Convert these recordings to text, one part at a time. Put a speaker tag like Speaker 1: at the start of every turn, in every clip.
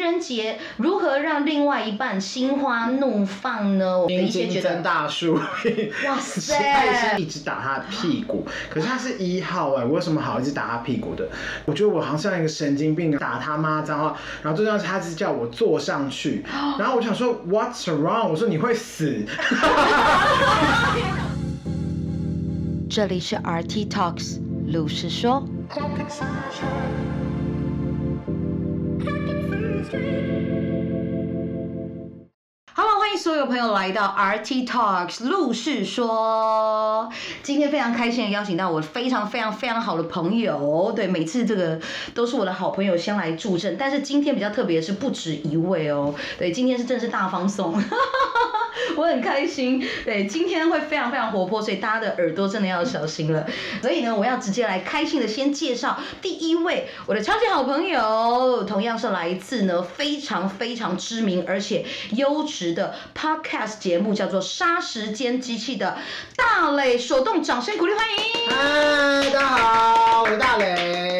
Speaker 1: 人节如何让另外一半心花怒放呢？我的一
Speaker 2: 冰
Speaker 1: 些
Speaker 2: 晶
Speaker 1: 觉
Speaker 2: 增
Speaker 1: 得，
Speaker 2: 大叔，
Speaker 1: 哇
Speaker 2: 他也是
Speaker 1: 塞，
Speaker 2: 一直打他的屁股，可是他是一号哎、我有什么好一直打他屁股的？我觉得我好像像一个神经病，打他妈脏话，然后最重要是他是叫我坐上去，然后我想说 What's wrong？我说你会死。
Speaker 3: 这里是 RT Talks，鲁是说。
Speaker 1: Hello，欢迎所有朋友来到 RT Talks 陆续说。今天非常开心的邀请到我非常非常非常好的朋友，对，每次这个都是我的好朋友先来助阵，但是今天比较特别的是不止一位哦，对，今天是正式大放送。 我很开心，对，今天会非常非常活泼，所以大家的耳朵真的要小心了。所以呢，我要直接来开心的先介绍第一位我的超级好朋友，同样是来自呢非常非常知名而且优质的 podcast 节目，叫做《杀时间机器》的大磊，手动掌声鼓励欢迎。
Speaker 2: 啊嗨，大家好，我是大雷。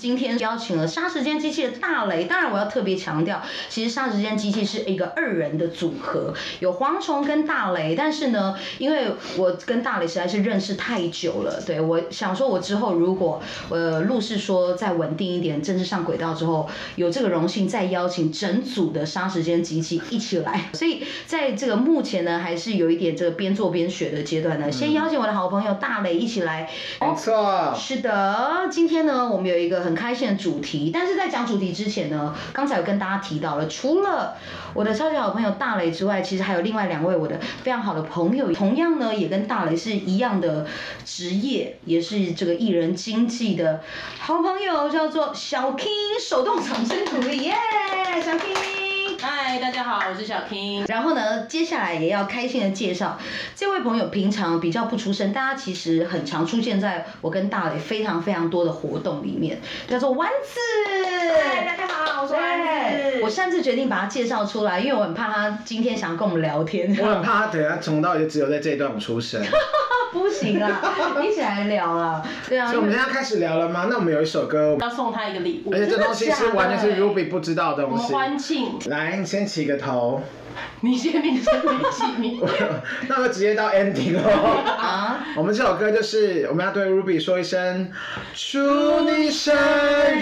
Speaker 1: 今天邀请了《杀时间机器》的大雷，当然我要特别强调，其实《杀时间机器》是一个二人的组合，有蝗虫跟大雷。但是呢，因为我跟大雷实在是认识太久了，对我想说，我之后如果呃路是说再稳定一点，正式上轨道之后，有这个荣幸再邀请整组的《杀时间机器》一起来。所以在这个目前呢，还是有一点这个边做边学的阶段呢，先邀请我的好朋友大雷一起来。
Speaker 2: 没错，
Speaker 1: 是的，今天呢，我们有一个很开心的主题，但是在讲主题之前呢，刚才有跟大家提到了，除了我的超级好朋友大雷之外，其实还有另外两位我的非常好的朋友，同样呢也跟大雷是一样的职业，也是这个艺人经纪的好朋友，叫做小 King，手动掌声鼓励，耶，小 King。
Speaker 4: 嗨，大家好，我是小 King。
Speaker 1: 然后呢，接下来也要开心的介绍这位朋友，平常比较不出声，大家其实很常出现在我跟大磊非常非常多的活动里面，叫做丸子。
Speaker 5: 嗨，大家好，我是丸
Speaker 1: 对，
Speaker 5: 子。
Speaker 1: 我擅自决定把他介绍出来，因为我很怕他今天想要跟我们聊天。
Speaker 2: 我很怕他等一下从到就只有在这一段我出声，所
Speaker 1: 不行啦，一起来聊啦。对啊，
Speaker 2: 以我们
Speaker 1: 因
Speaker 2: 现
Speaker 1: 为
Speaker 2: 在开始聊了吗？那我们有一首歌，
Speaker 4: 要送他一个礼物
Speaker 2: 而，且这东西是完全是 Ruby 不知道的
Speaker 4: 我
Speaker 2: 东
Speaker 4: 们
Speaker 2: 西。
Speaker 4: 欢庆。
Speaker 2: 来，你先起个头，
Speaker 4: 你先，你先，你先， 你。
Speaker 2: 那我就直接到 ending 哦。
Speaker 1: 啊，
Speaker 2: 我们这首歌就是我们要对 Ruby 说一声，祝你生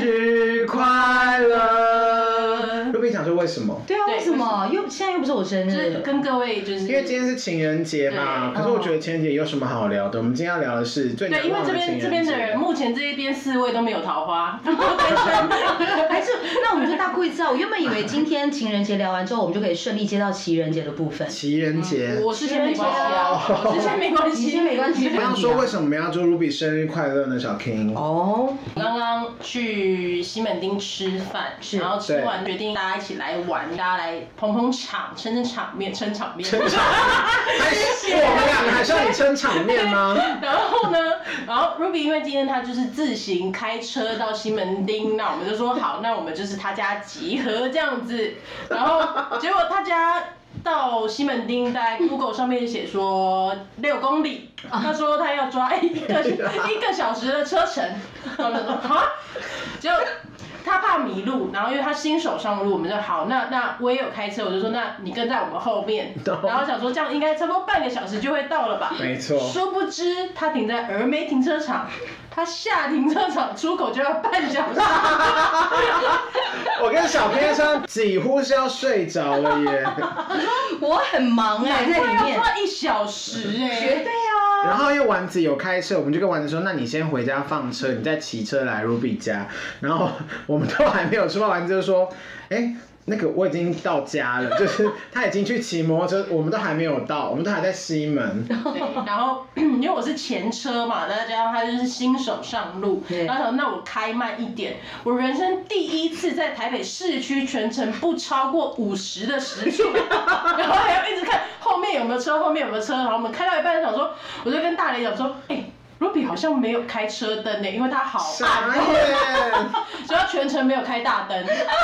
Speaker 2: 日快乐。Ruby 想说为什么？
Speaker 1: 对啊，
Speaker 4: 对
Speaker 1: 为什么？又现在又不是我生
Speaker 4: 就是
Speaker 1: 日。
Speaker 4: 跟各位就是，
Speaker 2: 因为今天是情人节嘛，
Speaker 4: 对
Speaker 2: 可是我觉得情人节有什么好聊的？我们今天要聊的是最难
Speaker 4: 对，因为
Speaker 2: 忘
Speaker 4: 这
Speaker 2: 的情人
Speaker 4: 边
Speaker 2: 节。
Speaker 4: 这边的人，目前这一边四位都没有桃 花，都单身。
Speaker 1: 还是那我们就大故一次啊！我原本以为今天情人节聊完之后，我们就可以顺利接到情人节的部 分。
Speaker 2: 情人节，
Speaker 4: 嗯我是先没关系啊，我是先没关系，
Speaker 1: 你啊先没关系
Speaker 2: 我想说为什么我们要祝 Ruby 生日快乐呢？小 King，
Speaker 1: 哦，
Speaker 4: 我刚刚去西门町吃饭，然后吃完决定大家一起来玩，大家来捧捧场，撑撑场面，撑场面。
Speaker 2: 撑场，还是我们两个还需要你撑场面 吗？
Speaker 4: 然后呢，然后 Ruby 因为今天他就是自行开车到西门町，那我们就说好，那我们就是他家集合这样子。然后结果他家到西门町，在 Google 上面写说六公里，他说他要抓一个一个小时的车程，然后我们说哈，结果。他怕迷路，然后因为他新手上路，我们就好，那那我也有开车，我就说那你跟在我们后面，然后想说这样应该差不多半个小时就会到了吧，
Speaker 2: 没错，
Speaker 4: 殊不知他停在峨眉停车场，他下停车场出口就要半小时。
Speaker 2: 我跟小 King 上几乎是要睡着了耶。
Speaker 1: 我很忙哎、在里
Speaker 4: 要
Speaker 1: 面。
Speaker 4: 抓一小时哎、
Speaker 1: 绝对啊！
Speaker 2: 然后因为丸子有开车，我们就跟丸子说：“那你先回家放车，你再骑车来 Ruby 家。”然后我们都还没有出发，丸子就说：“哎，那个我已经到家了，就是他已经去骑摩托车，我们都还没有到，我们都还在西门。
Speaker 4: 对，然后 因为我是前车嘛，再加上他就是新手上路，
Speaker 1: 对
Speaker 4: 然后想那我开慢一点。我人生第一次在台北市区全程不超过五十的时 速，然后还要一直看后面有没有车，后面有没有车。然后我们开到一半，想说，我就跟大雷讲说，哎、r u b y 好像没有开车灯呢、欸因为他好”
Speaker 2: 傻
Speaker 4: 暗哦，
Speaker 2: 眼。
Speaker 4: 所以他全程没有 开大灯。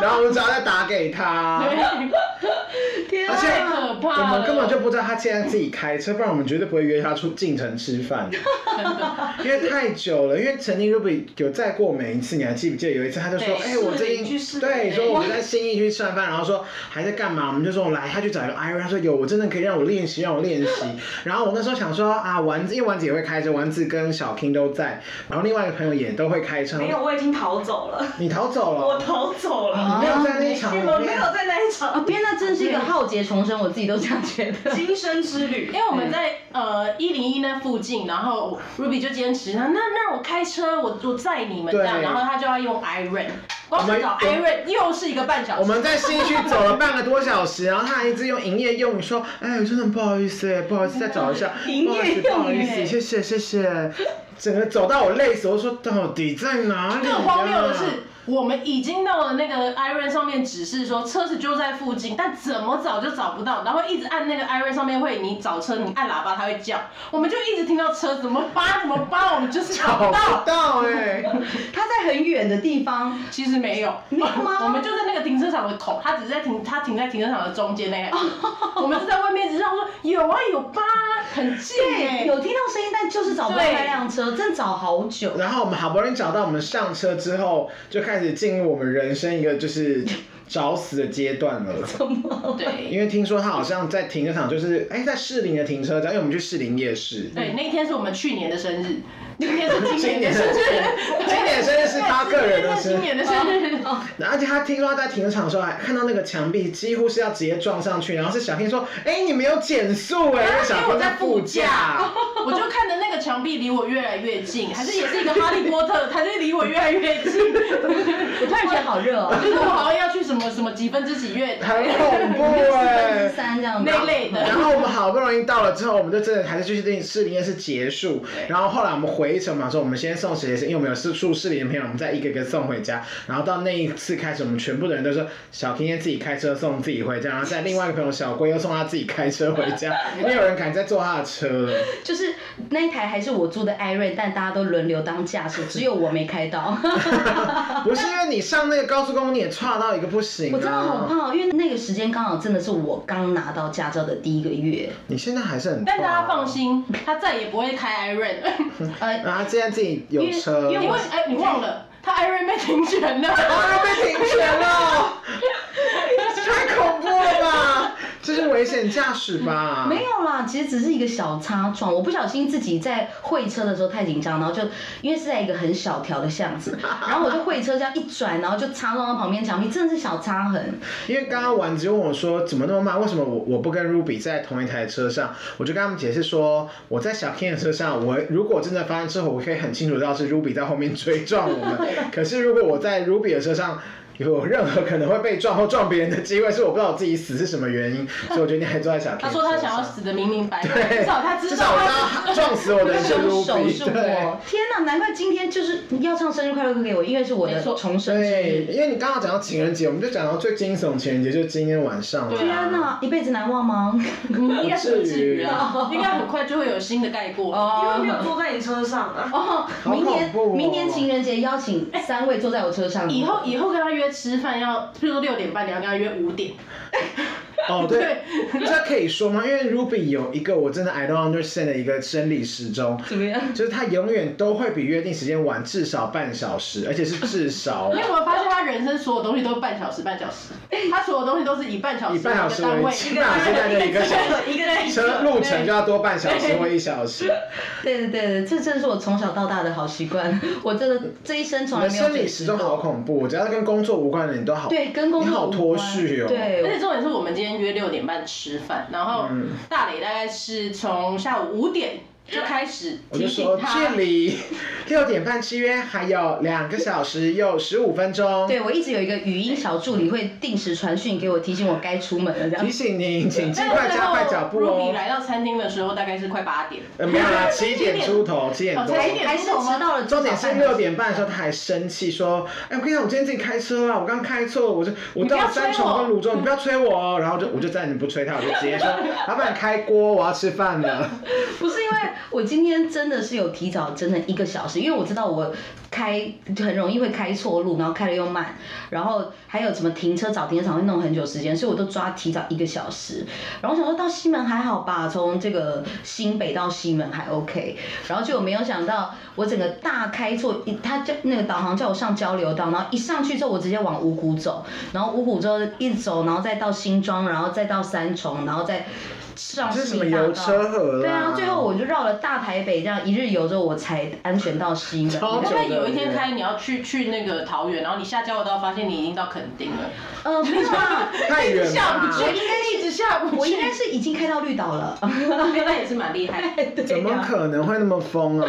Speaker 2: 然后我们只要再打给他。
Speaker 4: 对，
Speaker 1: 天天
Speaker 2: 而
Speaker 4: 太
Speaker 2: 且
Speaker 1: 啊！
Speaker 4: 可怕
Speaker 2: 我
Speaker 4: 了，
Speaker 2: 们根本就不知道他现在自己开车，不然我们绝对不会约他出进城吃 饭，因为太久了。因为曾经 Ruby 有载过我们一次，你还记不记得有一次他就说，
Speaker 4: 对
Speaker 2: 哎、我最
Speaker 5: 士林
Speaker 2: 近
Speaker 5: 去士林
Speaker 2: 对，说我们在新义去吃完饭，然后说还在干嘛，我们就说我来，他去找一个 Iron，他说 有，我真的可以让我练习，让我练习。然后我那时候想说啊，丸子，因为丸子也会开车，丸子跟小 King 都在，然后另外一个朋友也都会开车，
Speaker 5: 没有，我已经逃走了，啊
Speaker 2: 你逃走
Speaker 5: 我
Speaker 2: 了，
Speaker 5: 逃走了，
Speaker 2: 你没有在那一场
Speaker 5: 我
Speaker 2: 里
Speaker 5: 没
Speaker 2: 面。
Speaker 5: 有在那一
Speaker 1: 啊，
Speaker 5: 场
Speaker 1: 别人那真是一个浩劫重生，我自己都这样觉得。
Speaker 5: 今生之旅
Speaker 4: 因。为我们在呃一零一那附近，然后 Ruby 就坚持，那那那我开车，我我载你们
Speaker 2: 对
Speaker 4: 这样，然后他就要用 Iron，光
Speaker 2: 我
Speaker 4: 是
Speaker 2: 们
Speaker 4: 找 Iron 又是一个半小时。
Speaker 2: 我们在新区走了半个多小时，然后他还一直用营业用语说：“哎，真的很不好意思，哎不好意思，再找一 下，
Speaker 5: 营
Speaker 2: 不好意
Speaker 5: 业
Speaker 2: 思，
Speaker 5: 用
Speaker 2: 不
Speaker 5: 语
Speaker 2: 好意思，谢谢谢谢。”整个走到我累死，我说到底在哪里、啊？
Speaker 4: 更荒谬的是，我们已经到了那个 Iron 上面指示说车子就在附近，但怎么找就找不到，然后一直按那个 Iron 上面会，你找车你按喇叭它会叫，我们就一直听到车怎么扒怎么扒，我们就是
Speaker 2: 找
Speaker 4: 找不
Speaker 2: 不
Speaker 4: 到。
Speaker 2: 到哎、
Speaker 1: 他在很远的地方，
Speaker 4: 其实没有，
Speaker 1: 没有吗
Speaker 4: 我们就在那个停车场的口，他只是在停，他停在停车场的中间 那个，我们是在外面，只是让我说有啊有吧，很近哎、
Speaker 1: 对，有听到声音，但就是找不到
Speaker 4: 对
Speaker 1: 那辆车，真找好久。
Speaker 2: 然后我们好不容易找到，我们上车之后就开始进入我们人生一个就是找死的阶段了。
Speaker 4: 对
Speaker 2: 因为听说他好像在停车场，就是哎、在士林的停车场，因为我们去士林夜市。
Speaker 4: 对，那天是我们去年的生日，今天是今
Speaker 2: 今
Speaker 4: 年
Speaker 2: 年
Speaker 4: 的生
Speaker 2: 的
Speaker 4: 日，
Speaker 2: 今年生日是他个人的生
Speaker 4: 对今
Speaker 2: 日。
Speaker 4: 年的生日。
Speaker 2: 而且他听说他在停车场的时候，还看到那个墙壁几乎是要直接撞上去，然后是小 K 说：“哎、你没有减速哎、因为小
Speaker 4: 因为
Speaker 2: K
Speaker 4: 我在副
Speaker 2: 副
Speaker 4: 驾， 我就看着那个墙壁离我越来越近，还是也是一个哈利波 特，它就离我越来越 近。
Speaker 1: 我突然觉得好热哦，
Speaker 4: 就是我好像要去什么什么几分之几月
Speaker 2: 很恐怖 哎、
Speaker 1: 四三这样子。
Speaker 4: 那类的，
Speaker 2: 然后我们好不容易到了之后，我们就真的还是去定士林夜市结束。然后后来我们回程嘛，说我们先送谁谁谁，因为我们有四处士林的朋友，我们再一个个送回家。然后到那一次开始，我们全部的人都说小 K 先自己开车送自己回家，然后再另外一个朋友小龟又送他自己开车回家，没有人敢再坐他的车了。
Speaker 1: 就是那一台还是我租的艾瑞，但大家都轮流当驾驶，只有我没开到。
Speaker 2: 不是因为你上那个高速公路，你也差到一个不行、啊。
Speaker 1: 我真的好怕哦，因为那个时间刚好真的是我刚拿到驾照的第一个月。
Speaker 2: 你现在还是很、啊。
Speaker 4: 但大家放。心，他再也不会开 Iron，
Speaker 1: 呃，
Speaker 2: 啊然后他现在自己有车。
Speaker 4: 因为哎，你忘了。他 Iron 被停权了，
Speaker 2: 啊，被停权了，太恐怖了吧？这是危险驾驶吧？
Speaker 1: 没有啦，其实只是一个小擦撞，我不小心自己在会车的时候太紧张，然后就因为是在一个很小条的巷子，然后我就会车这样一转，然后就擦撞到旁边墙壁，真的是小擦痕。
Speaker 2: 因为刚刚丸子问我说怎么那么慢，为什么我我不跟 Ruby 在同一台车上？我就跟他们解释说，我在小 King 的车上，我如果真的发生车祸，我可以很清楚知道是 Ruby 在后面追撞我 们。可是如果我在 Ruby 的车上。有任何可能会被撞或撞别人的机会，是我不知道我自己死是什么原因，所以我决定还坐在小 King
Speaker 4: 他
Speaker 2: 的车上。
Speaker 4: 说他想要死的明明白白，
Speaker 2: 对，
Speaker 4: 至少他 知
Speaker 2: 至
Speaker 4: 道
Speaker 2: 少我
Speaker 4: 他
Speaker 2: 知道他撞死我的人是
Speaker 1: 凶手是
Speaker 2: Ruby，对。
Speaker 1: 我，天哪，难怪今天就是要唱生日快乐歌给我，因为是我的
Speaker 4: 没错
Speaker 1: 重生之
Speaker 2: 对，
Speaker 1: 日。
Speaker 2: 因为你刚刚讲到情人节，我们就讲到最惊悚情人节，就是今天晚上了。
Speaker 4: 对啊
Speaker 1: 天哪，一辈子难忘吗？
Speaker 4: 应该是不至于啊，应该很快就会有新的盖过。
Speaker 2: 哦
Speaker 5: 因为没有坐在你车上啊。
Speaker 1: 哦，
Speaker 2: 好
Speaker 1: 明
Speaker 2: 恐
Speaker 1: 年、
Speaker 2: 怖哦
Speaker 1: 明年情人节邀请三位坐在我车上。
Speaker 4: 以后以后跟他约吃饭要，譬如说六点半，你要跟他约五点。
Speaker 2: 哦，对，这可以说吗？因为 Ruby 有一个我真的 I don't understand 的一个生理时钟，
Speaker 1: 怎么样？
Speaker 2: 就是他永远都会比约定时间晚至少半小时，而且是至少
Speaker 4: 你。有没有发现他人生所有东西都半小时半小时？他所有东西都是以半小时
Speaker 2: 以半小时
Speaker 4: 单
Speaker 2: 为
Speaker 4: 位，
Speaker 2: 起，半小时大概一个小时，
Speaker 5: 一个 人
Speaker 2: 车路程就要多半小时或一小时。
Speaker 1: 对对对对，这真是我从小到大的好习惯，我真的这一生从
Speaker 2: 你
Speaker 1: 来
Speaker 2: 的
Speaker 1: 没有
Speaker 2: 生理
Speaker 1: 准
Speaker 2: 时
Speaker 1: 时
Speaker 2: 钟好
Speaker 1: 过。
Speaker 2: 恐怖，只要跟工作无关的你都好。
Speaker 1: 对，跟工作
Speaker 2: 你好
Speaker 1: 无
Speaker 2: 脱
Speaker 1: 关
Speaker 2: 序哦
Speaker 4: 而且
Speaker 1: 对，
Speaker 4: 重点是我们今天约六点半吃饭，然后
Speaker 2: 嗯
Speaker 4: 大磊大概是从下午五点就开始
Speaker 2: 我就
Speaker 4: 提
Speaker 2: 说
Speaker 4: 醒他
Speaker 2: 距。离哦六点半契约还有两个小时又十五分钟。
Speaker 1: 对我一直有一个语音小助理会定时传讯给我，提醒我该出门了这样
Speaker 2: 提。醒您，请尽
Speaker 4: 但
Speaker 2: 快
Speaker 4: 是
Speaker 2: 加快脚步
Speaker 4: 最后，Ruby
Speaker 2: 哦。
Speaker 4: 来到餐厅的时候大概是快八点，
Speaker 2: 呃，没有啦，七点出头，七点
Speaker 4: 哦
Speaker 2: 多。
Speaker 4: 才一点
Speaker 1: 还是迟到了，
Speaker 2: 重点是六点半的时候，他还生气说：“哎、我跟你讲，我今天自己开车啊啦，我刚开错了，我就我
Speaker 4: 不要
Speaker 2: 到
Speaker 4: 催
Speaker 2: 三重
Speaker 4: 我
Speaker 2: 跟泸州，你不要催我 哦。”然后就我就再也不催他，我就直接说：“老板开锅，我要吃饭了。
Speaker 1: 不是因为我今天真的是有提早整整一个小时，因为我知道我开很容易会开错路，然后开的又慢，然后还有什么停车找停车场会弄很久时间，所以我都抓提早一个小时。然后想说到西门还好吧，从这个新北到西门还 OK，然后就没有想到我整个大开错，一他叫那个导航叫我上交流道，然后一上去之后我直接往五股走，然后五股之后一走，然后再到新庄，然后再到三重，然后再上
Speaker 2: 这是什么
Speaker 1: 新大道。
Speaker 2: 油车河啦？
Speaker 1: 对啊，最后我就绕了大台北，这样一日游之后，我才安全到西门。
Speaker 2: 超
Speaker 4: 会
Speaker 2: 久
Speaker 4: 不会有一天开你要去去那个桃园，然后你下交流道发现你已经到垦丁了，
Speaker 1: 呃，没有啊，
Speaker 2: 太远了
Speaker 4: 下不
Speaker 2: 吧。
Speaker 4: 去，一直下不去。
Speaker 1: 我 应该是已经开到绿岛 了。
Speaker 4: 那也是蛮厉害。
Speaker 2: 怎么可能会那么疯啊？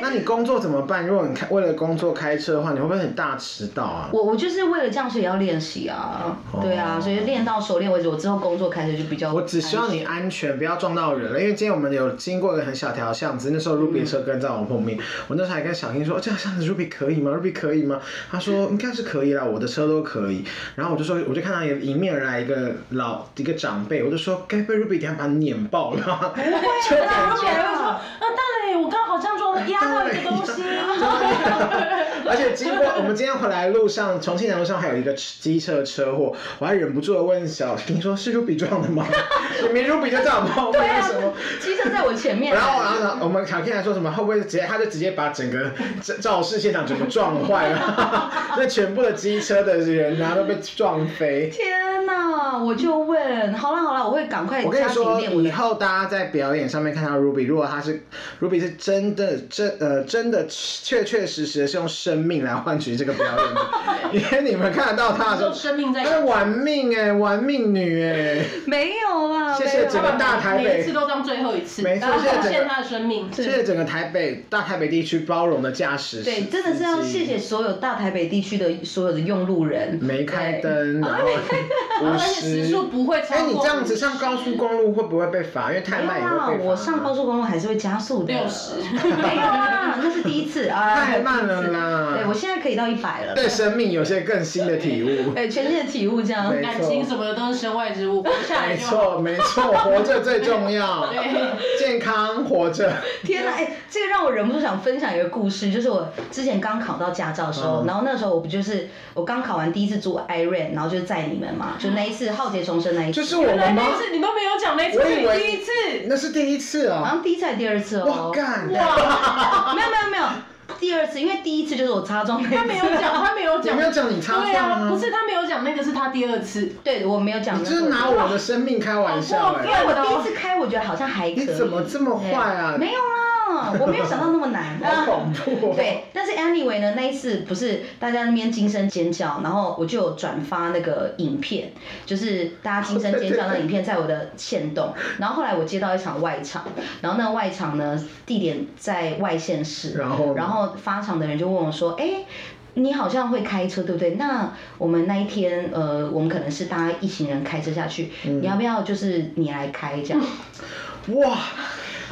Speaker 2: 那你工作怎么办？如果你开为了工作开车的话，你会不会很大迟到啊？
Speaker 1: 我我就是为了这样，所以要练习啊。对啊，所以练到熟练为止，我之后工作开始就比较。
Speaker 2: 哦我只希望你安全，不要撞到人了。因为今天我们有经过一个很小条巷子，那时候 Ruby 的车跟在我碰面，我那时候还跟小英说：“哦这条巷子 Ruby 可以吗？Ruby 可以吗？”他说：“应该是可以啦，我的车都可以。”然后我就说，我就看到迎面而来一个老一个长辈，我就说：“该被 Ruby 等下把他碾爆了 吧。”就
Speaker 4: 然后别人会说，啊，大磊，我刚好这样撞压到一个东 西。
Speaker 2: 而且经过我们今天回来路上，重庆南路上还有一个机车车祸，我还忍不住的问小丁说：“是 Ruby 撞的吗？” 明明 Ruby 就在我们后面，
Speaker 1: 啊
Speaker 2: 为什么？
Speaker 1: 机车在我前面。
Speaker 2: 然后，然后然后我们小 K 还说什么？会不会直接他就直接把整个肇肇事现场整个撞坏了？ 那全部的机车的人啊都被撞飞。
Speaker 1: 天哪！我就问，好了好了，我会赶快
Speaker 2: 我跟
Speaker 1: 加
Speaker 2: 你
Speaker 1: 紧
Speaker 2: 说，
Speaker 1: 练我
Speaker 2: 以
Speaker 1: 的。
Speaker 2: 后大家在表演上面看到 Ruby，如果他是 Ruby 是真的真呃真的确确实实是用生命来换取这个表演的， 因为你们看得到他的时候，
Speaker 4: 用生命在
Speaker 2: 她是玩命哎、玩命女哎、
Speaker 1: 没有啦，
Speaker 2: 谢谢
Speaker 1: 没有
Speaker 2: 整个大台
Speaker 4: 每一
Speaker 2: 北
Speaker 4: 次，都当最后一次，
Speaker 2: 没错
Speaker 4: 然后
Speaker 2: 现在
Speaker 4: 奉
Speaker 2: 整个
Speaker 4: 献他的生命。
Speaker 2: 谢谢整个台北大台北地区包容的驾驶，
Speaker 1: 对，真的是要谢谢。所有大台北地区的所有的用路人。
Speaker 2: 没开灯，
Speaker 1: 哦
Speaker 2: 然后
Speaker 4: 然
Speaker 2: 五
Speaker 4: 后而且时
Speaker 2: 十。
Speaker 4: 速不会
Speaker 2: 哎，
Speaker 4: 超
Speaker 2: 你
Speaker 4: 过
Speaker 2: 这样子上高速公路会不会被罚？因为太
Speaker 1: 没有
Speaker 2: 慢也
Speaker 1: 啦
Speaker 2: 会被，罚。
Speaker 1: 我上高速公路还是会加速的。
Speaker 4: 60
Speaker 1: 没有啊，那是第一 次啊。
Speaker 2: 太慢了啦
Speaker 1: 对，我现在可以到一百了。
Speaker 2: 对生命有些更新的体悟。
Speaker 1: 对，全新的体悟这样。
Speaker 2: 对
Speaker 4: 感情什么的都是身外之物，活下来
Speaker 2: 没
Speaker 4: 就好。
Speaker 2: 错，没错，活着最重要。健康活着。
Speaker 1: 天哪，哎、这个让我忍不住想分享一个故事，就是我之前刚考到驾照的时候，
Speaker 2: 嗯
Speaker 1: 然后那时候我不就是我刚考完第一次住 Iran，然后就是载你们嘛，就那一次浩劫重生那一次，
Speaker 2: 就是我
Speaker 4: 原来
Speaker 2: 们吗
Speaker 4: 那？一次你都没有讲，那一次
Speaker 2: 我
Speaker 4: 是
Speaker 2: 以
Speaker 4: 你
Speaker 2: 为
Speaker 4: 第一次。
Speaker 2: 那是第一次
Speaker 1: 好
Speaker 2: 啊！
Speaker 1: 像第一次还是第二次
Speaker 2: 我
Speaker 1: 哦、
Speaker 2: 干！
Speaker 1: 没有没有没有，第二次，因为第一次就是我擦撞那一次，
Speaker 4: 他没有讲，他没有
Speaker 2: 你
Speaker 4: 讲，
Speaker 2: 没有讲你插话
Speaker 4: 对啊，
Speaker 2: 吗？
Speaker 4: 不是他没有讲，那个是他第二次。
Speaker 1: 对我没有讲，
Speaker 2: 你就是拿我的生命开玩笑
Speaker 4: 好过
Speaker 2: 哎、
Speaker 1: 因为我第一次开，我觉得好像还可以。
Speaker 2: 你怎么这么坏啊？
Speaker 1: 没有啦，我没有想到那么难。
Speaker 2: 好恐怖、哦。
Speaker 1: 对，但是 anyway 呢，那一次不是大家那边惊声尖叫，然后我就有转发那个影片，就是大家惊声尖叫那影片在我的线动，然后后来我接到一场外场，然后那个外场呢地点在外县市，
Speaker 2: 然后呢
Speaker 1: 然后发场的人就问我说，哎、你好像会开车，对不对？那我们那一天，呃，我们可能是大家一行人开车下去，
Speaker 2: 嗯
Speaker 1: 你要不要就是你来开这样？
Speaker 2: 哇，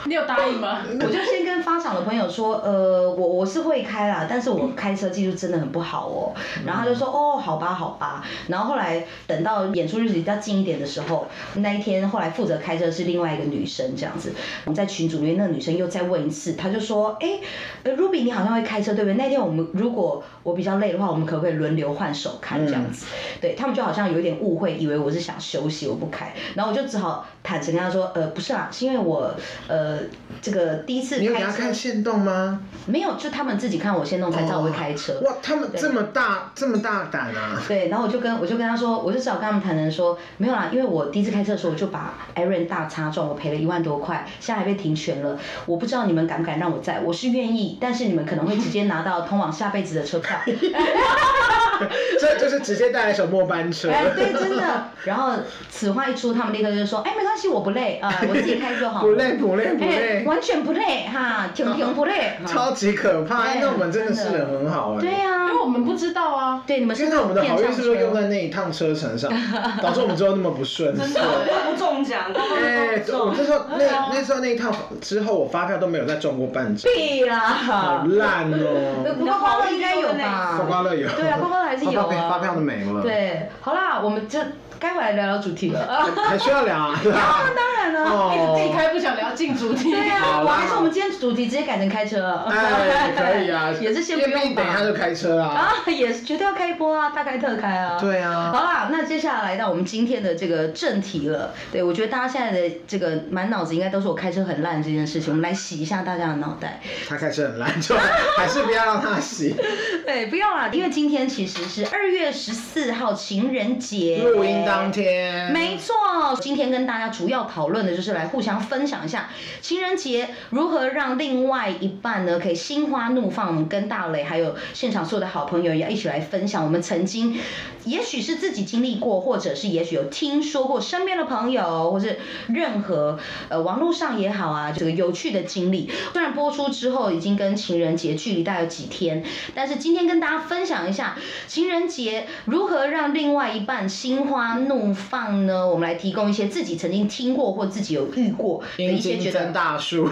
Speaker 4: 你有答应吗？
Speaker 1: 我就先跟发厂的朋友说，呃，我我是会开啦，但是我开车技术真的很不好哦。然后他就说，哦，好吧，好吧。然后后来等到演出日子比较近一点的时候，那一天后来负责开车是另外一个女生这样子。我们在群组里面，那个女生又再问一次，她就说，哎、呃 r u b y 你好像会开车对不对？那天我们如果我比较累的话，我们可不可以轮流换手开这样子？对他们就好像有一点误会，以为我是想休息，我不开。然后我就只好坦诚跟他说，呃，不是啦，是因为我呃这个第一次
Speaker 2: 你有给他
Speaker 1: 开
Speaker 2: 看
Speaker 1: 车，
Speaker 2: 线动吗？
Speaker 1: 没有，就他们自己看我先弄才知道我会开车。
Speaker 2: 哇，他们这么大这么大胆啊！
Speaker 1: 对，然后我就跟我就跟他说，我就只好跟他们谈成说，没有啦，因为我第一次开车的时候我就把 Aaron 大擦撞，我赔了一万多块，现在还被停权了，我不知道你们敢不敢让我载，我是愿意，但是你们可能会直接拿到通往下辈子的车 票。
Speaker 2: 这就是直接带来一首末班车。
Speaker 1: 哎，对，真的。然后此话一出，他们立刻就说，哎，没关系，我不累啊、我自己开就好。
Speaker 2: 不累不累不
Speaker 1: 哎，
Speaker 2: 累，
Speaker 1: 完全不累哈，停停不累。哈
Speaker 2: 超级可怕。
Speaker 1: 对啊
Speaker 2: 那我们真的是人很好哎、
Speaker 1: 对啊呀、
Speaker 4: 因为我们不知道啊。
Speaker 1: 对你们是
Speaker 2: 现在我们的好运是不是用
Speaker 1: 电
Speaker 2: 在那一趟车程上，
Speaker 1: 啊
Speaker 2: 导致我们之后那么不顺？
Speaker 4: 真的
Speaker 5: 都不中奖，都
Speaker 2: 哎、
Speaker 5: 不
Speaker 2: 我
Speaker 5: 中
Speaker 2: 那时候
Speaker 1: 啊
Speaker 2: 那那时候那一趟之后，我发票都没有再中过半张，
Speaker 1: 商车屁
Speaker 2: 好
Speaker 1: 啦！
Speaker 2: 烂哦、
Speaker 1: 刮刮乐应该有
Speaker 5: 刮
Speaker 1: 吧？
Speaker 2: 刮乐有
Speaker 1: 对啊，刮刮乐还是
Speaker 2: 哦
Speaker 1: 有
Speaker 2: 发票
Speaker 1: 啊。
Speaker 2: 发票都没了，，
Speaker 1: 对，好啦，我们这该回来聊聊主 题了。啊
Speaker 2: 还需要聊 啊？
Speaker 1: 当然了，
Speaker 4: 一直避
Speaker 2: 哦，
Speaker 4: 开不想聊进主题。
Speaker 1: 对啊，
Speaker 2: 好啦
Speaker 1: 我还是我们今天主题直接改成开车。
Speaker 2: 哎，可以啊，
Speaker 1: 也是先不
Speaker 2: 因为
Speaker 1: 用吧
Speaker 2: 毕竟等一下就开车啊。
Speaker 1: 啊，也是绝对要开一波啊，大开特开啊。
Speaker 2: 对啊
Speaker 1: 好啦，那接下来到我们今天的这个正题了。对，我觉得大家现在的这个满脑子应该都是我开车很烂这件事情，我们来洗一下大家的脑 袋。
Speaker 2: 他开车很烂，就还是不要让他洗。
Speaker 1: 对，不要啦，因为今天其实是二月十四号情人节，
Speaker 2: 录音当。天，
Speaker 1: 没错，今天跟大家主要讨论的就是来互相分享一下情人节如何让另外一半呢可以心花怒放。我们跟大雷还有现场所有的好朋友也要一起来分享我们曾经，也许是自己经历过，或者是也许有听说过身边的朋友，或是任何呃网络上也好啊，这个有趣的经历。虽然播出之后已经跟情人节距离大概有几天，但是今天跟大家分享一下情人节如何让另外一半心花怒放呢？我们来提供一些自己曾经听过或自己有遇过的一
Speaker 2: 阴
Speaker 1: 些
Speaker 2: 茎
Speaker 1: 觉
Speaker 2: 增
Speaker 1: 得。
Speaker 2: 大术。
Speaker 1: 哇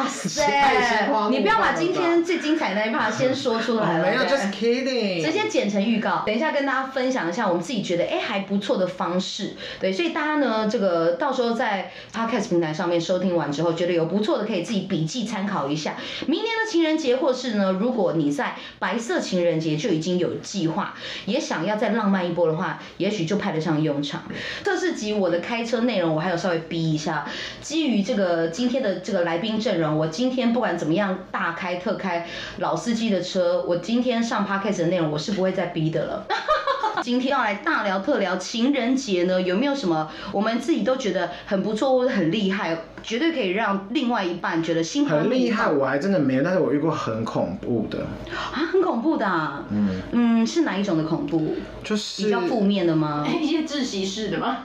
Speaker 2: 哇
Speaker 1: 塞！你不要把今天最精彩的那一 part 先说出来了，
Speaker 2: 哦没有
Speaker 1: 对
Speaker 2: ，just kidding。
Speaker 1: 直接剪成预告，等一下跟大家分享一下我们自己觉得哎还不错的方式，对，所以大家呢这个到时候在 podcast 平台上面收听完之后，觉得有不错的可以自己笔记参考一下。明年的情人节，或是呢如果你在白色情人节就已经有计划，也想要再浪漫一波的话，也许就派得上用场。测试集我的开车内容我还有稍微逼一下，基于这个今天的这个来宾阵容，我今天不管怎么样大开特开老司机的车，我今天上 podcast 的内容我是不会再逼的了。 今天要来大聊特聊情人节呢，有没有什么我们自己都觉得很不错或者很厉害，绝对可以让另外一半觉得心花怒
Speaker 2: 很
Speaker 1: 放
Speaker 2: 厉害，我还真的没有，但是我遇过很恐怖的，
Speaker 1: 啊，很恐怖的、啊。
Speaker 2: 嗯，
Speaker 1: 嗯，是哪一种的恐怖？
Speaker 2: 就是
Speaker 1: 比较负面的吗？
Speaker 4: 哎一些窒息式的吗？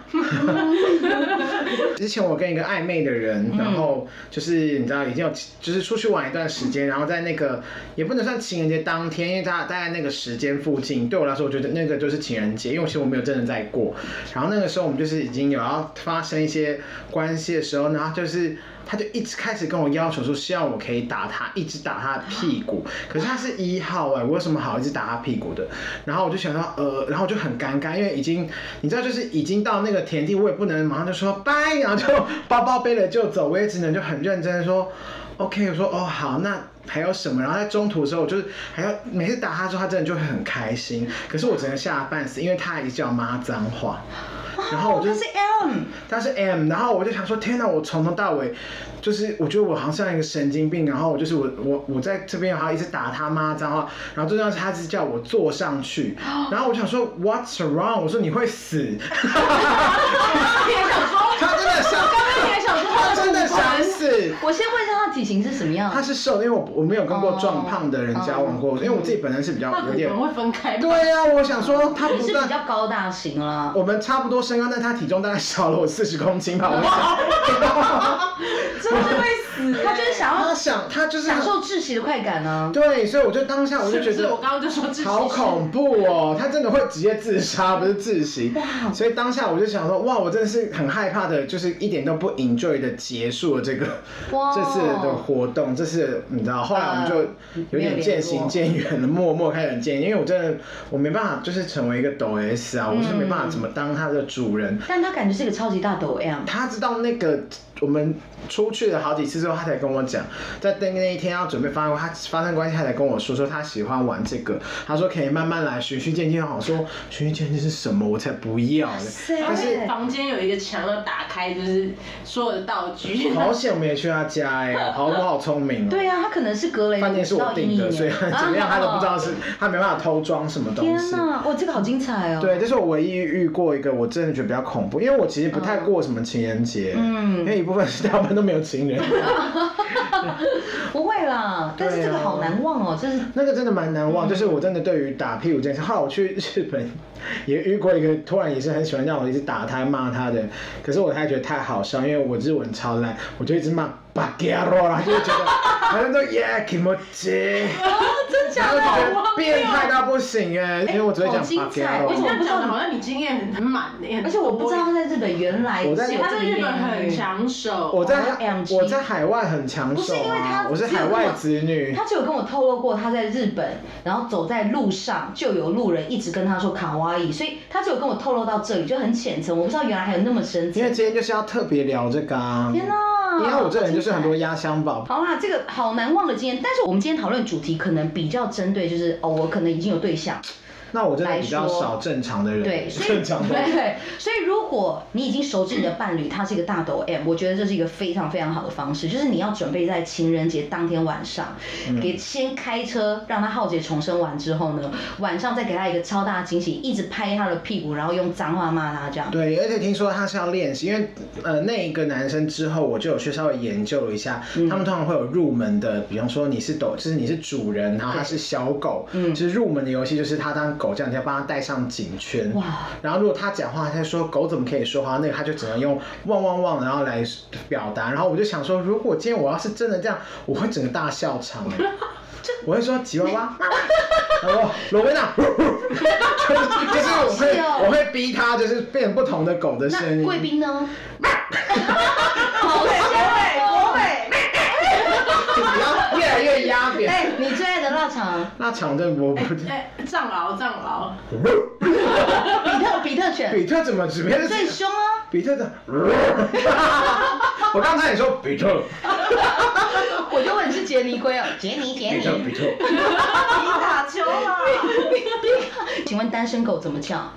Speaker 2: 之前我跟一个暧昧的人，然
Speaker 1: 嗯
Speaker 2: 后就是你知道已经有就是出去玩一段时间，然后在那个也不能算情人节当天，因为大大概那个时间附近，对我来说我觉得那个就是情人节，因为其实我没有真的在过。然后那个时候我们就是已经有要发生一些关系的时候，然后就是。他就一直开始跟我要求说，希望我可以打他，一直打他的屁股。可是他是一号哎、我有什么好一直打他屁股的？然后我就想到呃，然后我就很尴尬，因为已经你知道，就是已经到那个田地，我也不能马上就说拜，然后就 包包背了就走，我也只能就很认真地说 OK，我说哦好，那还有什么？然后在中途的时候，我就是还要每次打他之后，他真的就会很开心，可是我只能吓得半死，因为他一直叫妈脏 话。然后我就
Speaker 1: 他是 M，
Speaker 2: 他是 M，然后我就想说，天哪！我从头到尾，就是我觉得我好像像一个神经病，然后我就是我我我在这边还一直打他妈脏话，然后最重要是他是叫我坐上去， 然后我想说 What's wrong？我说你会死，
Speaker 4: 你也想说，
Speaker 2: 他真的想，
Speaker 4: 你也想说
Speaker 2: 他
Speaker 4: 他
Speaker 2: 真的想
Speaker 4: 是
Speaker 2: 死。
Speaker 1: 我先问一下他的体型是什么
Speaker 4: 嗯
Speaker 1: 样？
Speaker 2: 他是瘦，因为我我没有跟过壮胖的人交往过，因为我自己本身是比较
Speaker 4: 那
Speaker 2: 有
Speaker 4: 骨
Speaker 2: 点
Speaker 4: 盆，会分开吗？
Speaker 2: 对呀、啊我想说他
Speaker 1: 你
Speaker 2: 不
Speaker 1: 是比
Speaker 2: 但
Speaker 1: 较高大型啦。
Speaker 2: 我们差不多身高，但他体重大概少了我四十公 斤吧，我想。
Speaker 5: 真的会死。
Speaker 1: 他就是想
Speaker 2: 他
Speaker 1: 要
Speaker 2: 想他就是
Speaker 1: 享受窒息的快感呢、
Speaker 2: 对，所以我就当下我
Speaker 4: 是
Speaker 2: 就
Speaker 4: 不
Speaker 2: 觉
Speaker 4: 是？我
Speaker 2: 得。
Speaker 4: 刚刚就说窒息式。
Speaker 2: 好恐怖哦！他真的会直接自杀，不是窒息。所以当下我就想说，哇，我真的是很害怕的，就是一点都不 enjoy 的结束了这个
Speaker 1: 哇
Speaker 2: 这次的活动。这是你知道，后来我们就有点渐行渐远了，默默开始渐，因为我真的我没办法，就是成为一个抖 S 啊，我是没办法怎么当他的主人。
Speaker 1: 但他感觉是个超级大抖 M，
Speaker 2: 他知道那个我们出去了好几次之后，他才跟我讲，在那那一天要准备发生他发生关系，他才跟我说说他喜欢玩这个，他说可以慢慢来，循序渐进。我好说循序渐进是什么？我才不要嘞！
Speaker 4: 然
Speaker 1: 但
Speaker 4: 后
Speaker 1: 是
Speaker 4: 房间有一个墙要打开，就是所有的道具。
Speaker 2: 好险我们也去他家哎、好我好聪明哦、
Speaker 1: 对啊，他可能是隔了一
Speaker 2: 饭店是我
Speaker 1: 道阴
Speaker 2: 订
Speaker 1: 影
Speaker 2: 的，
Speaker 1: 欸
Speaker 2: 所以他怎么样他都不知道是，他没办法偷装什么东
Speaker 1: 啊天
Speaker 2: 西。
Speaker 1: 哪，哇，这个好精彩哦！
Speaker 2: 对，这是我唯一遇过一个我真的觉得比较恐怖，因为我其实不太过什么情人节，
Speaker 1: 嗯
Speaker 2: 因为一部分是大部分都没有 情人。
Speaker 1: 不会啦，但
Speaker 2: 啊
Speaker 1: 是这个好难忘哦，这是
Speaker 2: 那个真的蛮难
Speaker 1: 嗯
Speaker 2: 忘，就是我真的对于打屁股这件事，后来我去日本也遇过一个，突然也是很喜欢让我一直打他骂他的，可是我还觉得太好笑，因为我日文超烂，我就一直骂。 巴给阿罗啦，就会觉得好像都耶 k i m o c
Speaker 1: 真
Speaker 2: 然
Speaker 1: 假
Speaker 2: 后就
Speaker 1: 的？
Speaker 2: 觉
Speaker 4: 好
Speaker 2: 得
Speaker 4: 荒谬
Speaker 2: 变态到不行哎，因为我只会
Speaker 1: 好
Speaker 2: 讲
Speaker 1: 精
Speaker 2: 巴给
Speaker 1: 彩
Speaker 2: 阿
Speaker 1: 为
Speaker 4: 你
Speaker 1: 什
Speaker 4: 这
Speaker 1: 么
Speaker 2: 罗。
Speaker 4: 样讲的好像你经验很满呢，
Speaker 1: 而且我不知道他在日本原来
Speaker 2: 我在
Speaker 1: 是有
Speaker 4: 他在欸
Speaker 1: 这
Speaker 4: 日
Speaker 1: 个
Speaker 4: 本很
Speaker 1: 艳遇
Speaker 4: 抢手，
Speaker 2: 我在
Speaker 1: 哦两集
Speaker 2: 我在海外很抢
Speaker 1: 不是
Speaker 2: 手
Speaker 1: 因为
Speaker 2: 啊
Speaker 1: 他，
Speaker 2: 我是
Speaker 1: 只有
Speaker 2: 海
Speaker 1: 跟
Speaker 2: 外
Speaker 1: 我
Speaker 2: 子女。
Speaker 1: 他就有跟我透露过，他在日本，然后走在路上就有路人一直跟他说卡哇伊，所以他就有跟我透露到这里，就很浅层，我不知道原来还有那么深
Speaker 2: 因为
Speaker 1: 层。
Speaker 2: 今天就是要特别聊这个啊，
Speaker 1: 天哪！
Speaker 2: 因为我这人就是很多压箱宝，
Speaker 1: 好啦，这个好难忘的经验，但是我们今天讨论主题可能比较针对就是哦，我可能已经有对象，
Speaker 2: 那我真的比较少正常的人，
Speaker 1: 对，所以
Speaker 2: 正常 的。
Speaker 1: 对，所以如果你已经熟知你的伴侣，他是一个大抖 M，我觉得这是一个非常非常好的方式，就是你要准备在情人节当天晚上，
Speaker 2: 嗯
Speaker 1: 给先开车让他浩劫重生完之后呢，晚上再给他一个超大的惊喜，一直拍他的屁股，然后用脏话骂他这样。
Speaker 2: 对，而且听说他是要练习，因为呃那一个男生之后，我就有去稍微研究了一下，
Speaker 1: 嗯
Speaker 2: 他们通常会有入门的，比方说你是狗，就是你是主人，然后他是小狗，
Speaker 1: 嗯
Speaker 2: 就是入门的游戏就是他当狗这样，你要帮他戴上颈圈，
Speaker 1: 哇
Speaker 2: 然后如果他讲话，他说狗怎么可以说话，那个他就只能用汪汪汪，然后来表达，然后我就想说，如果今天我要是真的这样，我会整个大笑场 哎、我会说吉娃娃， 然后罗威娜，就是就是我会
Speaker 1: 好好笑
Speaker 2: 我会逼他，就是变不同的狗的声
Speaker 1: 那
Speaker 2: 音。
Speaker 1: 贵宾 呢？
Speaker 5: 国美国美，
Speaker 2: 你要越来越压扁。
Speaker 1: 哎，你最爱的腊肠，
Speaker 2: 那抢的我不，
Speaker 4: 哎藏獒藏獒，
Speaker 1: 比特比特 犬
Speaker 2: 比特怎么只变成
Speaker 1: 哎最凶啊！
Speaker 2: 比特的？ 我刚才也说比特，
Speaker 1: 我就问你是杰尼龟哦，杰尼杰
Speaker 2: 比
Speaker 1: 尼
Speaker 2: 特。比特，
Speaker 5: 你打球啦！
Speaker 1: 请问单身狗怎么叫？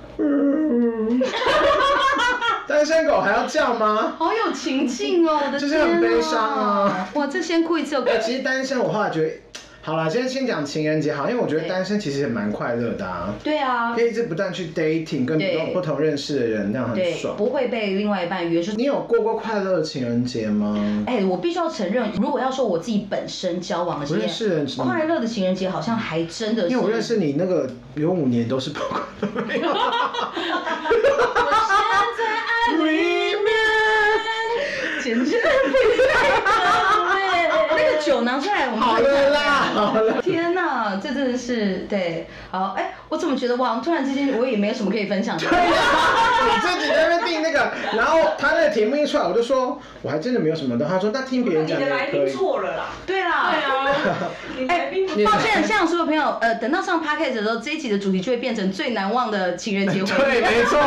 Speaker 2: 单身狗还要叫吗？
Speaker 1: 好有情境哦，我的
Speaker 2: 就是很
Speaker 1: 天
Speaker 2: 悲伤啊！
Speaker 1: 哇，这先哭一次我
Speaker 2: 哎，其实单身我后来觉得，好啦，先先讲情人节好，因为我觉得单身其实也蛮快乐的啊。
Speaker 1: 对啊
Speaker 2: 可，以一直不断去 dating，跟
Speaker 1: 对
Speaker 2: 不同不同认识的人，那样很
Speaker 1: 对，
Speaker 2: 爽。
Speaker 1: 不会被另外一半约束。
Speaker 2: 你有过过快乐的情人节吗？
Speaker 1: 哎、我必须要承认，如果要说我自己本身交往的经
Speaker 2: 我认识人
Speaker 1: 验，快乐的情人节好像还真的是，
Speaker 2: 因为我认识你那个有五年都是不快乐的。
Speaker 1: 简直 那个酒拿出来，我们
Speaker 2: 好
Speaker 1: 看一下
Speaker 2: 了啦，好了。
Speaker 1: 天哪，这真的是对，好，哎、我怎么觉得哇，突然之间我也没有什么可以分享的。
Speaker 2: 对呀，你自己在那边定那个，然后他那个题目一出来，我就说我还真的没有什么的。他说那听别人
Speaker 5: 你
Speaker 2: 讲
Speaker 5: 的
Speaker 2: 的
Speaker 5: 来
Speaker 2: 也可
Speaker 5: 宾
Speaker 2: 以。
Speaker 5: 错了啦，
Speaker 1: 对啦，
Speaker 4: 对 啊，
Speaker 5: 你的来宾不
Speaker 2: 你
Speaker 1: 抱歉，像所有朋友，呃，等到上 podcast 的时候，这一集的主题就会变成最难忘的情人 节回
Speaker 2: 对，
Speaker 1: 忆。
Speaker 2: 没错。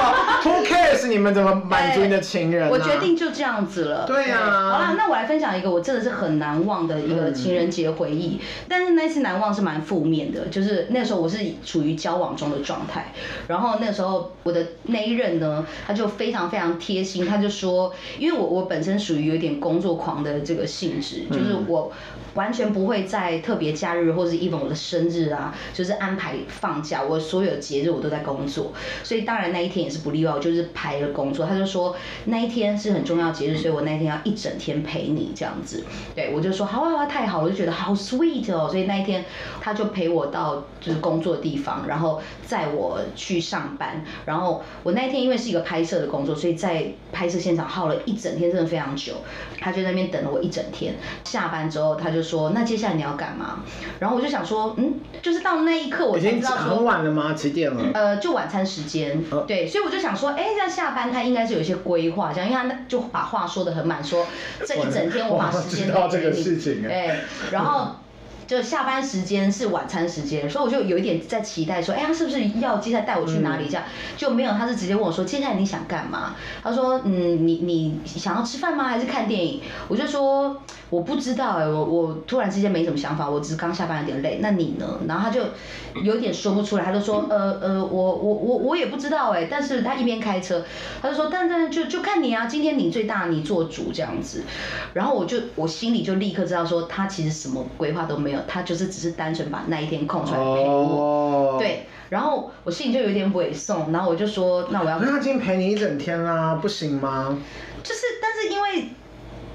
Speaker 2: Who cares？你们怎么满足你的情人、啊？
Speaker 1: 我决定就这样子了。
Speaker 2: 对啊
Speaker 1: 好啦，那我来分享一个我真的是很难忘的一个
Speaker 2: 嗯
Speaker 1: 情人节回忆，但是那次难忘是蛮负面的，就是那时候我是处于交往中的状态，然后那时候我的那一任呢，他就非常非常贴心，他就说，因为我我本身属于有点工作狂的这个性质，
Speaker 2: 嗯
Speaker 1: 就是我完全不会在特别假日或是 even 我的生日啊，就是安排放假，我所有的节日我都在工作，所以当然那一天也是不例外，我就是排了工作。他就说那一天是很重要的节日，所以我那一天要一整天陪你这样子。对我就说好啊好啊，太好了，我就觉得好 sweet 哦。所以那一天他就陪我到就是工作的地方，然后载我去上班。然后我那一天因为是一个拍摄的工作，所以在拍摄现场耗了一整天，真的非常久。他就在那边等了我一整天。下班之后他就说那接下来你要干嘛？然后我就想说嗯，就是到那一刻我
Speaker 2: 已
Speaker 1: 才
Speaker 2: 经
Speaker 1: 知道说
Speaker 2: 很晚了吗？几点了？
Speaker 1: 呃，就晚餐时间，
Speaker 2: 哦
Speaker 1: 对，所以我就想说，哎、这样下班他应该是有一些规划，这样，因为他那就把话说的很满，说这一整天我把时间
Speaker 2: 我
Speaker 1: 都
Speaker 2: 好像知道
Speaker 1: 给
Speaker 2: 这个
Speaker 1: 你
Speaker 2: 事情哎
Speaker 1: 对，然后。就下班时间是晚餐时间，所以我就有一点在期待说，哎、他是不是要接下来带我去哪
Speaker 2: 嗯
Speaker 1: 里？这样、就没有，他是直接问我说，接下来你想干嘛？他说，嗯，你你想要吃饭吗？还是看电影？我就说我不知道哎、我我突然之间没什么想法，我只是刚下班有点累。那你呢？然后他就有点说不出来，他就说，呃呃，我我我我也不知道哎、但是他一边开车，他就说，但但就就看你啊，今天你最大，你做主这样子。然后我就我心里就立刻知道说，他其实什么规划都没有，他就是只是单纯把那一天空出来陪我。
Speaker 2: 哦，。
Speaker 1: 呃对，然后我心里就有点委送，然后我就 说，那我要
Speaker 2: 那他已经陪你一整天啦，不行吗？
Speaker 1: 就是，但是因为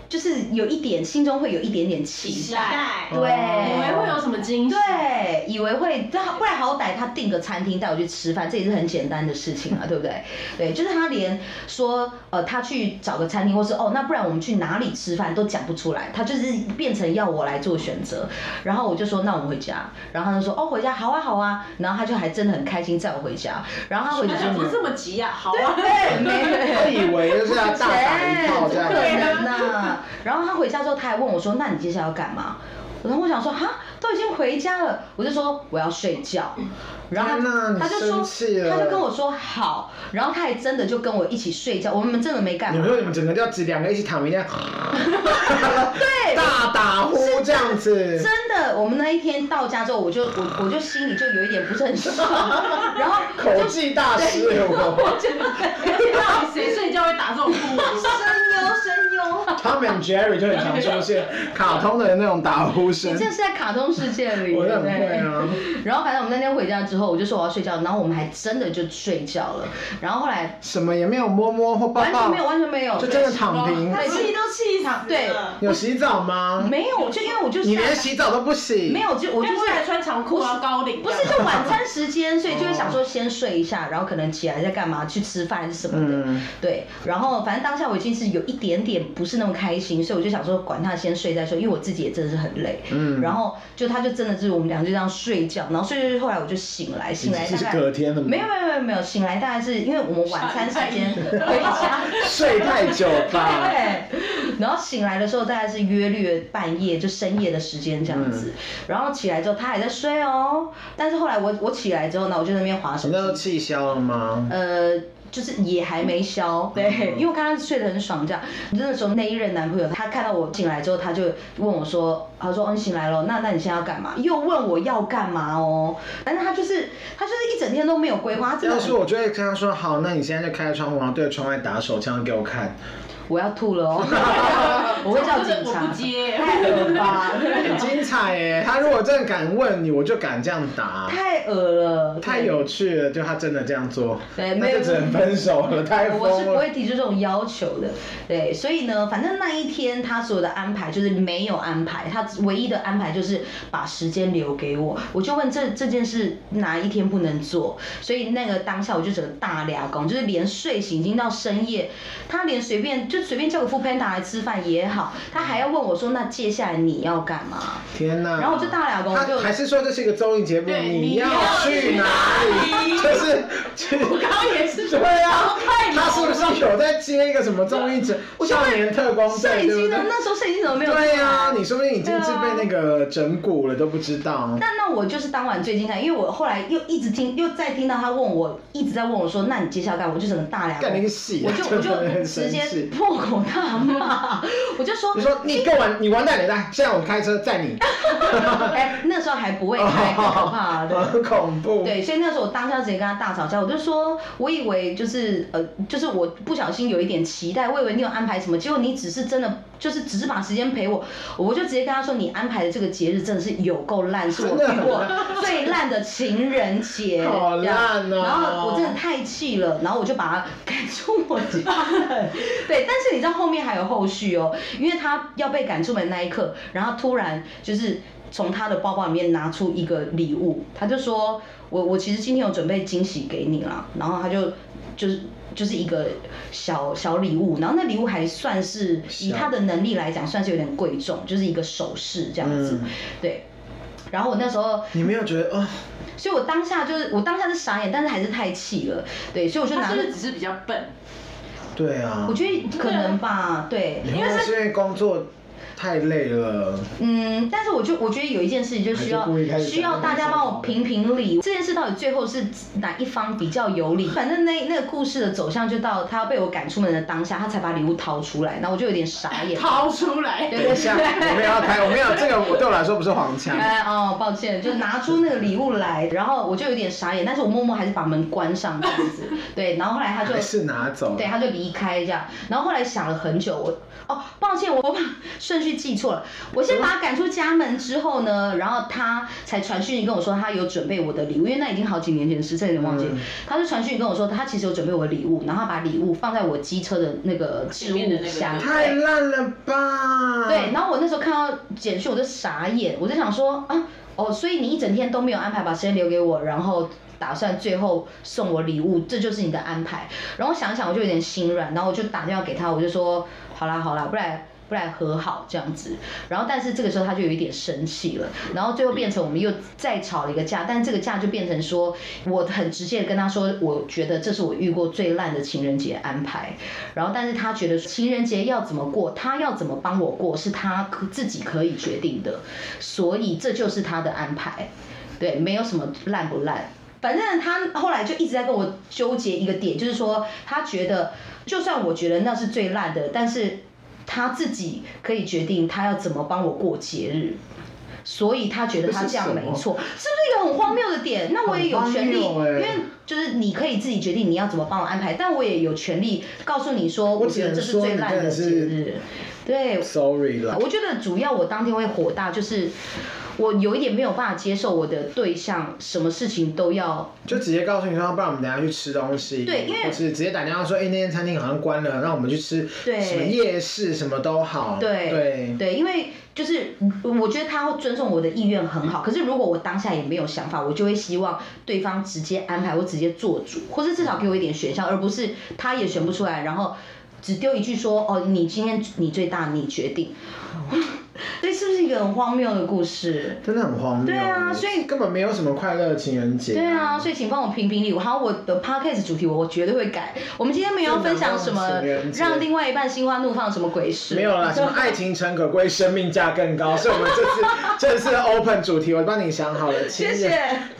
Speaker 1: 就是有一点心中会有一点点期
Speaker 4: 期
Speaker 1: 待，
Speaker 4: 待，
Speaker 1: 对，
Speaker 4: 以为哎会有什么惊喜，，
Speaker 1: 对，以为会，但不然好歹他订个餐厅带我去吃饭，这也是很简单的事情啊，对不对？对，就是他连说呃他去找个餐厅，或是哦那不然我们去哪里吃饭都讲不出来，他就是变成要我来做选择。然后我就说那我们回家，然后他就说哦回家好啊好啊，然后他就还真的很开心载我回家，然后他回家
Speaker 4: 他想 说这么急啊，好啊，
Speaker 1: 对没
Speaker 2: 他以为就是要大打一
Speaker 1: 哎，
Speaker 2: 炮
Speaker 1: 怎
Speaker 2: 这
Speaker 1: 么
Speaker 2: 样
Speaker 1: 可
Speaker 2: 子。
Speaker 1: 能呢、然后他回家之后，他还问我说：“那你接下来要干嘛？”然后我想说：“哈，都已经回家了。”我就说：“我要睡觉。”然后
Speaker 2: 天哪你
Speaker 1: 他他就
Speaker 2: 生
Speaker 1: 说
Speaker 2: 气：“了
Speaker 1: 他就跟我说好。”然后他还真的就跟我一起睡觉，我们真的没干
Speaker 2: 你
Speaker 1: 嘛
Speaker 2: 们。说你们整个就要只两个一起躺一样，
Speaker 1: 对，
Speaker 2: 大打呼这样子。
Speaker 1: 真的，我们那一天到家之后，我就我我就心里就有一点不是很 爽，然后我
Speaker 2: 口
Speaker 1: 就
Speaker 2: 技大师我
Speaker 4: 到底 谁睡觉会打这种呼噜？
Speaker 5: 声优声优，
Speaker 2: ，Tom and Jerry 就很常 出现卡通的那种打呼声
Speaker 1: 你，这是在卡通世界里，
Speaker 2: 我
Speaker 1: 对
Speaker 2: 很
Speaker 1: 不对
Speaker 2: 会啊。
Speaker 1: 然后反正我们那天回家之后，我就说我要睡觉，然后我们还真的就睡觉了。然后后来
Speaker 2: 什么也没有摸摸或抱
Speaker 1: 完全没有，
Speaker 2: 抱，
Speaker 1: 完全没有，
Speaker 2: 就真的躺平
Speaker 5: 他。气都气死了。
Speaker 1: 对
Speaker 2: 有洗澡吗？
Speaker 1: 没有，就因为我就
Speaker 2: 你连
Speaker 1: 下
Speaker 2: 洗澡都不洗？
Speaker 1: 没有，就我
Speaker 4: 我
Speaker 1: 就
Speaker 4: 就是
Speaker 1: 是
Speaker 4: 还穿长裤啊，高领，
Speaker 1: 不是就晚餐时间，所以就会想说先睡一下，然后可能起来再干嘛，去吃饭什么的。
Speaker 2: 嗯，
Speaker 1: 对，然后反正当下我已经是有一点点不是那么开心，所以我就想说管他先睡再说，因为我自己也真的是很累。
Speaker 2: 嗯
Speaker 1: 然后就他就真的就是我们俩就这样睡觉，然后睡睡睡，后来我就醒来，醒来
Speaker 2: 这是
Speaker 1: 大概
Speaker 2: 隔天的吗？
Speaker 1: 没有没有没有没有，醒来大概是因为我们晚餐时间回家，
Speaker 2: 睡太久 吧。
Speaker 1: 对，然后醒来的时候大概是约略半夜，就深夜的时间这样
Speaker 2: 嗯
Speaker 1: 子。然后起来之后他还在睡哦，但是后来我我起来之后呢，我就在那边划手
Speaker 2: 你那时候
Speaker 1: 机，
Speaker 2: 气消了吗？
Speaker 1: 呃，就是也还没
Speaker 2: 嗯
Speaker 1: 消，对，因为我刚刚睡得很爽这样。那时候那一任男朋友他看到我醒来之后，他就问我说，他说哦你醒来了，那那你现在要干嘛？又问我要干嘛哦，但是他就是他就是一整天都没有规划，他真的
Speaker 2: 要
Speaker 1: 很
Speaker 2: 是我就会跟他说，好，那你现在就开窗户，然后对着窗外打手枪给我看。
Speaker 1: 我要吐了 哦， 我会叫警察。
Speaker 4: 我不接
Speaker 1: 太恶吧，
Speaker 2: 很精彩耶！他如果真的敢问你，我就敢这样答。
Speaker 1: 太恶了，
Speaker 2: 太有趣了，就他真的这样做，
Speaker 1: 对
Speaker 2: 那
Speaker 1: 没有
Speaker 2: 就只能分手了，太疯
Speaker 1: 我是不
Speaker 2: 了。
Speaker 1: 会提出这种要求的，对，所以呢，反正那一天他所有的安排就是没有安排，他唯一的安排就是把时间留给我，我就问这这件事哪一天不能做，所以那个当下我就整个大俩工，就是连睡醒已经到深夜，他连随便就随便叫个副 panda 来吃饭也好，他还要问我说那接下来你要干嘛？
Speaker 2: 天哪！
Speaker 1: 然后我就大俩工
Speaker 2: 他
Speaker 1: 就
Speaker 2: 还是说这是一个综艺节目，
Speaker 4: 对
Speaker 2: 你
Speaker 4: 你
Speaker 2: 要
Speaker 4: 要
Speaker 2: 去
Speaker 4: 去
Speaker 2: 哪里？就是去。
Speaker 4: 刚刚也是
Speaker 2: 对啊，
Speaker 4: 太
Speaker 2: 他是
Speaker 4: 猛
Speaker 2: 不
Speaker 4: 了
Speaker 2: 是有在接一个什么综艺节《少年特工队
Speaker 1: 摄》？影
Speaker 2: 对
Speaker 1: 机
Speaker 2: 不
Speaker 1: 呢？
Speaker 2: 对？
Speaker 1: 那时候摄影机怎么没有？啊
Speaker 2: 对呀、你说不定已经是被那个整蛊了，都不知道。
Speaker 1: 但那我就是当晚最精彩，因为我后来又一直听，又再听到他问我，一直在问我说：“那你接下来干嘛？”我就整个大两，
Speaker 2: 干那个戏啊
Speaker 1: 我就我
Speaker 2: 真的
Speaker 1: 就
Speaker 2: 很
Speaker 1: 直
Speaker 2: 生气
Speaker 1: 接破口大骂， 我就 说
Speaker 2: 你说你跟完，你完蛋了，来，现在我开车载你，：“
Speaker 1: 哎，那时候还不会开，更可怕 的。”
Speaker 2: 很恐怖。
Speaker 1: 对，所以那时候我当下直接跟他大吵架，我就说，我以为就是呃，就是我不小心有一点期待，我以为你有安排什么，结果你只是真的就是只是把时间陪我，我就直接跟他说，你安排的这个节日真的是有够烂，是我
Speaker 2: 真的啊
Speaker 1: 遇过最烂的情人节，
Speaker 2: 好
Speaker 1: 这样
Speaker 2: 烂哦
Speaker 1: 然后我真的太气了，然后我就把他赶出我家门。 对，但是你知道后面还有后续哦，因为他要被赶出门那一刻，然后突然就是从他的包包里面拿出一个礼物，他就说：“我我其实今天有准备惊喜给你啦。”然后他就就是。就是一个小小礼物，然后那礼物还算是以他的能力来讲，算是有点贵重，就是一个首饰这样子，
Speaker 2: 嗯
Speaker 1: 对。然后我那时候
Speaker 2: 你没有觉得哦？
Speaker 1: 所以我当下就是我当下是傻眼，但是还是太气了，对，所以我就
Speaker 4: 他
Speaker 1: 拿
Speaker 4: 是
Speaker 1: 着
Speaker 4: 不，是只是比较笨？
Speaker 2: 对啊，
Speaker 1: 我觉得可能吧，对，
Speaker 2: 因为是因为工作太累了，
Speaker 1: 嗯，但是我就我觉得有一件事情就需
Speaker 2: 还
Speaker 1: 要
Speaker 2: 是故意开始讲
Speaker 1: 需要大家帮我评评理，这件事到底最后是哪一方比较有 理？反正那那个故事的走向就到他要被我赶出门的当下，他才把礼物掏出来，然后我就有点傻 眼，
Speaker 4: 掏出来，
Speaker 1: 对
Speaker 2: 等一
Speaker 1: 对
Speaker 2: 下
Speaker 1: 对。
Speaker 2: 我没有要开，我没有这个，我对我来说不是 黄腔。
Speaker 1: 哎哦，抱歉，就拿出那个礼物来，然后我就有点傻眼，但是我默默还是把门关上这样子，对，然后后来他就
Speaker 2: 还是拿走，
Speaker 1: 对，他就离开这样。然后后来想了很久，我哦，抱歉，我把顺序记错了。我先把他赶出家门之后呢，然后他才传讯息跟我说他有准备我的礼物，因为那已经好几年前的事，这有点忘记。
Speaker 2: 嗯
Speaker 1: 他就传讯息跟我说他其实有准备我的礼物，然后他把礼物放在我机车的那个置
Speaker 4: 前面的那
Speaker 1: 物
Speaker 4: 个
Speaker 1: 箱。
Speaker 4: 对
Speaker 2: 太烂了吧？
Speaker 1: 对，然后我那时候看到简讯我就傻眼，我就想说啊，哦，所以你一整天都没有安排把时间留给我，然后打算最后送我礼物，这就是你的安排。然后我想一想我就有点心软，然后我就打电话给他，我就说好啦好啦，不然。不然和好这样子，然后但是这个时候他就有一点生气了，然后最后变成我们又再吵了一个架，但这个架就变成说，我很直接的跟他说，我觉得这是我遇过最烂的情人节安排，然后但是他觉得情人节要怎么过，他要怎么帮我过是他可自己可以决定的，所以这就是他的安排，对，没有什么烂不烂。反正他后来就一直在跟我纠结一个点，就是说他觉得，就算我觉得那是最烂的，但是他自己可以决定他要怎么帮我过节日，所以他觉得他这样没错，是不是一个很哦荒谬的点？那我也有权利，
Speaker 2: 很荒
Speaker 1: 因
Speaker 2: 谬欸
Speaker 1: 为就是你可以自己决定你要怎么帮我安排，但我也有权利告诉你说，我觉得这是最烂的节
Speaker 2: 我只能说你真
Speaker 1: 日。对，
Speaker 2: ，sorry 啦。
Speaker 1: 我觉得主要我当天会火大，就是我有一点没有办法接受我的对象什么事情都要
Speaker 2: 就直接告诉你说，不然我们等一下去吃东西，
Speaker 1: 对因为
Speaker 2: 或是直接打电话说，哎、那间餐厅好像关了，让我们去吃
Speaker 1: 对
Speaker 2: 什么夜市，什么都好，
Speaker 1: 对
Speaker 2: 对，
Speaker 1: 对，因为就是嗯我觉得他会尊重我的意愿很好，可是如果我当下也没有想法，我就会希望对方直接安排，我直接做主，或是至少给我一点选项，而不是他也选不出来，然后只丢一句说哦，你今天你最大，你决定。
Speaker 2: 哦
Speaker 1: 对，是不是一个很荒谬的故事？
Speaker 2: 真的很荒谬，
Speaker 1: 对啊所以
Speaker 2: 根本没有什么快乐情人节，
Speaker 1: 对啊，所以请帮我评评理。好，我的 podcast 主题我我绝对会改。我们今天没有要分享什么
Speaker 2: 正能量情人节
Speaker 1: 让另外一半心花怒放什么鬼事，
Speaker 2: 没有啦，什么爱情诚可贵，生命价更高，是我们这次这次的 open 主题，我帮你想好了，
Speaker 1: 谢
Speaker 2: 谢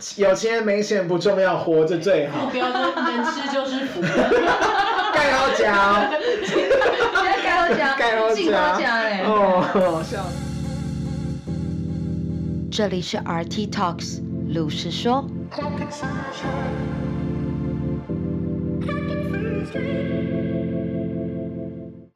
Speaker 1: 谢。
Speaker 2: 有钱人没钱不重要，活着最好
Speaker 4: 目，标就是能吃就是福。
Speaker 2: 盖好脚，
Speaker 1: 你在盖我 奖，
Speaker 2: 盖好
Speaker 1: 进花
Speaker 2: 脚，
Speaker 1: 奖哎。
Speaker 2: 哦，笑死
Speaker 3: 这里是 RT Talks 鲁是说。
Speaker 6: Pocket Sunshine. Pocket Sunshine.